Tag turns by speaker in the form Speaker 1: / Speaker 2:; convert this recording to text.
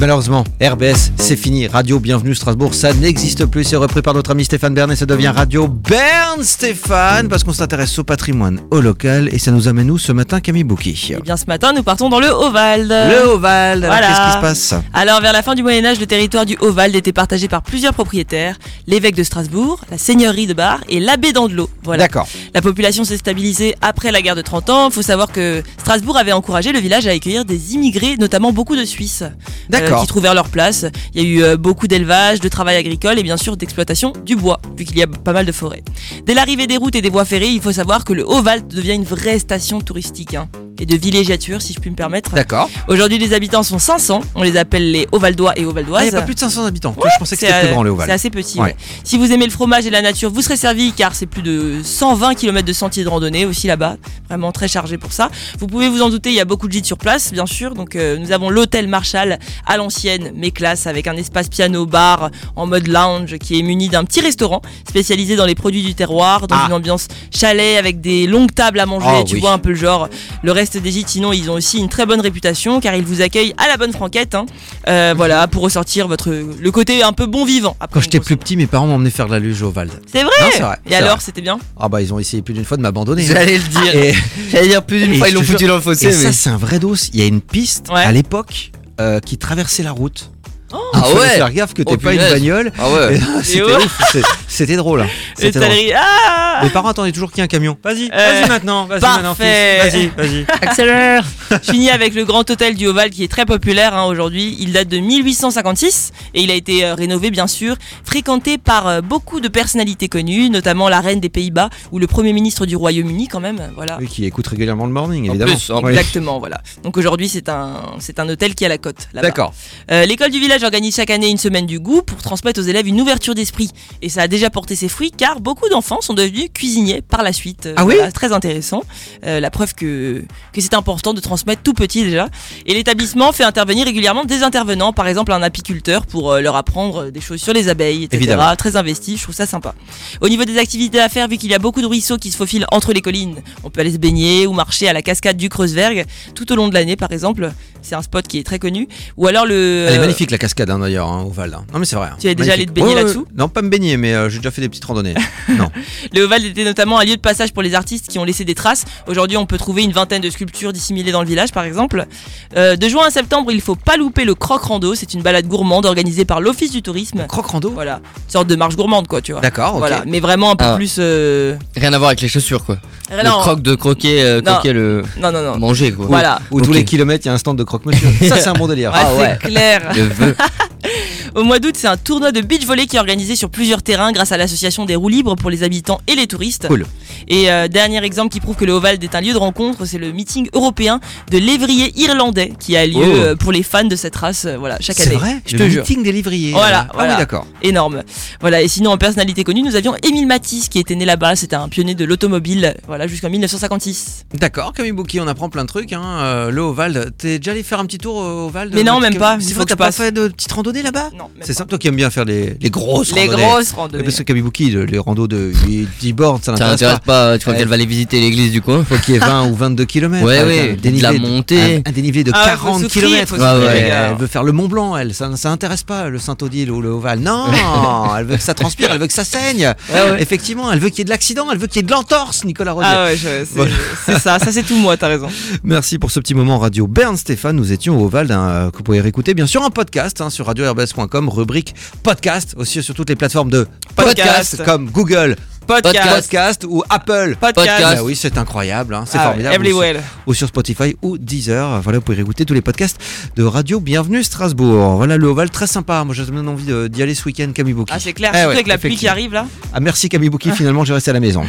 Speaker 1: malheureusement, RBS, c'est fini. Radio Bienvenue Strasbourg, ça n'existe plus. C'est repris par notre ami Stéphane Bern et ça devient Radio Bern Stéphane parce qu'on s'intéresse au patrimoine, au local et ça nous amène où ce matin, Camille Bouki
Speaker 2: Eh bien, ce matin, nous partons dans le Haut-Vald.
Speaker 1: Le Oval, alors
Speaker 2: Voilà.
Speaker 1: qu'est-ce qui se passe
Speaker 2: Alors, vers la fin du Moyen-Âge, le territoire du Haut-Vald était partagé par plusieurs propriétaires l'évêque de Strasbourg, la seigneurie de Bar et l'abbé d'Andelot. Voilà.
Speaker 1: D'accord.
Speaker 3: Euh,
Speaker 2: La population s'est stabilisée après la guerre de 30 ans. Faut savoir que Strasbourg avait encouragé le village à accueillir des immigrés, notamment beaucoup de Suisses,
Speaker 1: D'accord.
Speaker 2: Euh, qui trouvèrent leur place. Il y a eu euh, beaucoup d'élevage, de travail agricole et bien sûr d'exploitation du bois, vu qu'il y a pas mal de forêts. Dès l'arrivée des routes et des voies ferrées, il faut savoir que le Haut-Vald devient une vraie station touristique hein, et de villégiature, si je puis me permettre.
Speaker 1: D'accord. Ah,
Speaker 2: Aujourd'hui, les habitants sont 500. On les appelle les Haut-Valdois et
Speaker 1: Ah, Il n'y
Speaker 2: Haut-Valdoises.
Speaker 1: a pas plus de 500 habitants.
Speaker 2: Ouais,
Speaker 1: je pensais que c'était
Speaker 2: euh,
Speaker 1: plus grand le
Speaker 2: c'est
Speaker 1: Oval.
Speaker 2: assez petit.
Speaker 1: Ouais.
Speaker 2: ouais. Si vous aimez le fromage et la nature, vous serez servi car c'est plus de 120 km de sentiers de randonnée aussi là-bas. Vraiment très chargé pour ça. Vous pouvez vous en douter, il y a beaucoup de gîtes sur place, bien sûr. Donc euh, nous avons l'hôtel Marshall à l'ancienne, mais classe, avec un espace piano-bar en mode lounge qui est muni d'un petit restaurant spécialisé dans les produits du terroir, dans
Speaker 1: Ah.
Speaker 2: une ambiance chalet avec des longues tables à manger.
Speaker 1: Ah
Speaker 2: tu
Speaker 1: oui.
Speaker 2: vois un peu le genre. Le reste des gîtes, sinon, ils ont aussi une très bonne réputation car ils vous accueillent à la bonne franquette. hein. Euh, voilà, pour ressortir votre le côté un peu bon vivant. après
Speaker 1: Quand
Speaker 2: une
Speaker 1: j'étais
Speaker 2: grosse-
Speaker 1: plus petit, mes parents m'emmenaient faire de la luge au Oval.
Speaker 2: C'est
Speaker 1: Non,
Speaker 2: vrai.
Speaker 1: c'est vrai,
Speaker 2: Et
Speaker 1: c'est
Speaker 2: alors,
Speaker 1: vrai.
Speaker 2: c'était bien.
Speaker 1: Ah bah ils ont essayé plus d'une fois de m'abandonner. hein.
Speaker 3: J'allais le dire.
Speaker 1: Et-
Speaker 3: J'allais dire plus d'une
Speaker 1: Et
Speaker 3: fois,
Speaker 1: je
Speaker 3: ils l'ont
Speaker 1: te
Speaker 3: foutu dans le fossé.
Speaker 1: Et
Speaker 3: mais-
Speaker 1: ça, c'est un vrai dos. Il y a une piste
Speaker 2: Ouais. Oh.
Speaker 1: à l'époque euh, qui traversait la route.
Speaker 3: Ah
Speaker 1: Fallait
Speaker 3: ouais
Speaker 1: Faire gaffe que t'aies
Speaker 3: Oh,
Speaker 1: pas une
Speaker 3: punaise.
Speaker 1: bagnole.
Speaker 3: Ah
Speaker 1: Et
Speaker 3: ouais.
Speaker 1: C'était
Speaker 2: ouais.
Speaker 1: ouf, c'est- c'était drôle. hein.
Speaker 2: Et
Speaker 1: C'était drôle.
Speaker 2: t'as- Ah
Speaker 1: Mes parents attendaient toujours qu'il y ait un camion. Vas-y,
Speaker 2: Euh,
Speaker 1: vas-y maintenant, vas-y
Speaker 2: parfait.
Speaker 1: maintenant, fils. Vas-y, vas-y.
Speaker 3: Accélère.
Speaker 2: Je finis avec le grand hôtel du Oval qui est très populaire hein, aujourd'hui. Il date de 1856 et il a été euh, rénové bien sûr, fréquenté par euh, beaucoup de personnalités connues, notamment la reine des Pays-Bas ou le premier ministre du Royaume-Uni quand même. Voilà.
Speaker 1: Oui, qui écoute régulièrement le morning, évidemment.
Speaker 3: plus, en
Speaker 1: Oui.
Speaker 2: Exactement, voilà. Donc aujourd'hui, c'est un, c'est un hôtel qui a la côte. là-bas.
Speaker 1: D'accord.
Speaker 2: Euh, L'école du village organise chaque année une semaine du goût pour transmettre aux élèves une ouverture d'esprit. Et ça a déjà porté ses fruits car beaucoup d'enfants sont devenus cuisiniers par la suite. Euh,
Speaker 1: Ah oui
Speaker 2: voilà, c'est Très intéressant. Euh, la preuve que, que c'est important de transmettre tout petit déjà. Et l'établissement fait intervenir régulièrement des intervenants, par exemple un apiculteur pour euh, leur apprendre des choses sur les abeilles, etc.
Speaker 1: Évidemment.
Speaker 2: Très investi, je trouve ça sympa. Au niveau des activités à faire, vu qu'il y a beaucoup de ruisseaux qui se faufilent entre les collines, on peut aller se baigner ou marcher à la cascade du Kreuzberg tout au long de l'année, par exemple. C'est un spot qui est très connu. Ou alors le.
Speaker 1: Elle est magnifique la cascade hein, d'ailleurs hein, au Val. hein. Non mais c'est vrai. hein.
Speaker 2: Euh. Tu es déjà
Speaker 1: Magnifique.
Speaker 2: allé te baigner
Speaker 1: Ouais, ouais,
Speaker 2: là-dessous
Speaker 1: ouais. Non, pas me baigner, mais euh, j'ai déjà fait des petites randonnées.
Speaker 2: euh, Le Oval était notamment un lieu de passage pour les artistes qui ont laissé des traces. Aujourd'hui, on peut trouver une vingtaine de sculptures dissimulées dans le village, par exemple. Euh, de juin à septembre, il faut pas louper le Croc Rando. C'est une balade gourmande organisée par l'Office du Tourisme.
Speaker 1: Croque rando.
Speaker 2: Voilà, une sorte de marche gourmande, quoi, tu vois.
Speaker 1: D'accord. ok.
Speaker 2: Voilà, mais vraiment un peu
Speaker 3: Ah.
Speaker 2: plus. euh,
Speaker 3: Rien à voir avec les chaussures quoi.
Speaker 2: rien
Speaker 3: le
Speaker 2: en-
Speaker 3: croque de croquer, euh,
Speaker 2: Ah Non.
Speaker 3: croquer le
Speaker 2: Non, non, non.
Speaker 3: manger quoi.
Speaker 2: Voilà.
Speaker 1: Ou tous
Speaker 3: Ok.
Speaker 1: les kilomètres, il y a un stand de croque-monsieur. Ça, c'est un bon délire.
Speaker 2: Ouais,
Speaker 3: Ah
Speaker 2: c'est
Speaker 3: ouais.
Speaker 2: clair.
Speaker 3: Le vœu.
Speaker 2: Au mois d'août, c'est un tournoi de beach volley qui est organisé sur plusieurs terrains grâce à l'association des roues libres pour les habitants et les touristes.
Speaker 1: Cool.
Speaker 2: Et euh, dernier exemple qui prouve que le Oval est un lieu de rencontre, c'est le meeting européen de lévrier irlandais qui a lieu
Speaker 3: Oh.
Speaker 2: euh, pour les fans de cette race, euh, voilà, chaque
Speaker 1: C'est
Speaker 2: année.
Speaker 1: vrai.
Speaker 2: je
Speaker 1: le
Speaker 2: te jure.
Speaker 1: meeting des livriers.
Speaker 2: Voilà,
Speaker 1: Ah
Speaker 2: voilà.
Speaker 1: oui, d'accord.
Speaker 2: Énorme. Voilà. Et sinon, en personnalité connue, nous avions Émile Matisse qui était né là-bas. C'était un pionnier de l'automobile. Voilà, jusqu'en 1956.
Speaker 1: D'accord, Camille Bouki, on apprend plein de trucs. Hein. Euh, le Oval, t'es déjà allé faire un petit tour au Oval
Speaker 2: Mais non, même pas.
Speaker 1: C'est
Speaker 2: Il
Speaker 1: vrai
Speaker 2: faut
Speaker 1: que
Speaker 2: que
Speaker 1: t'as
Speaker 2: je
Speaker 1: pas
Speaker 2: passe.
Speaker 1: fait de petite randonnée là-bas
Speaker 2: Non. même
Speaker 1: C'est
Speaker 2: pas.
Speaker 1: ça, toi qui aimes bien faire les, les grosses
Speaker 2: Les
Speaker 1: randonnées.
Speaker 2: grosses
Speaker 1: Euh,
Speaker 2: randonnées.
Speaker 1: Parce que Camille Bouki, le- les randos de 8, 10 bornes, ça
Speaker 3: Ah, Ça
Speaker 1: l'intéresse
Speaker 3: m'intéresse
Speaker 1: pas.
Speaker 3: pas. Tu crois
Speaker 1: Ouais.
Speaker 3: qu'elle va aller visiter l'église du coin
Speaker 1: Faut qu'il y ait 20 ou 22 km.
Speaker 3: Ouais, ouais, de la montée.
Speaker 1: Un, un dénivelé de
Speaker 2: Ah, faut
Speaker 1: 40
Speaker 2: souffrir,
Speaker 1: km.
Speaker 2: faut souffrir,
Speaker 3: Ouais, ouais.
Speaker 2: les gars.
Speaker 1: Elle veut faire le Mont Blanc, elle. Ça, ça intéresse pas le Saint-Odile ou le Oval. Non, elle veut que ça transpire, elle veut que ça saigne. Effectivement, elle veut qu'il y ait de l'accident, elle veut qu'il y ait de l'entorse, Nicolas Roger.
Speaker 2: Ah ouais, je- c'est
Speaker 1: Voilà.
Speaker 2: c'est ça. Ça c'est tout moi. T'as raison.
Speaker 1: Merci pour ce petit moment radio Bern Stéphane. Nous étions au Oval d'un- euh, que vous pouvez réécouter bien sûr en podcast hein, sur radio-rbs.com, rubrique podcast, aussi sur toutes les plateformes de podcast,
Speaker 2: Podcast.
Speaker 1: comme Google
Speaker 2: Podcast.
Speaker 1: podcast, ou Apple.
Speaker 2: Podcast.
Speaker 1: Ah oui, c'est incroyable, hein, c'est
Speaker 2: Ah ouais,
Speaker 1: formidable.
Speaker 2: everywhere.
Speaker 1: Ou sur Spotify ou Deezer. Voilà, vous pouvez réécouter tous les podcasts de Radio Bienvenue Strasbourg. Voilà le Oval très sympa. Moi j'ai même envie de- d'y aller ce week-end, Camille Bouki.
Speaker 2: Ah c'est clair.
Speaker 1: Eh
Speaker 2: surtout
Speaker 1: ouais,
Speaker 2: avec la pluie qui
Speaker 1: effectivement.
Speaker 2: arrive là.
Speaker 1: Ah merci Camille Bouki, finalement j'ai resté à la maison.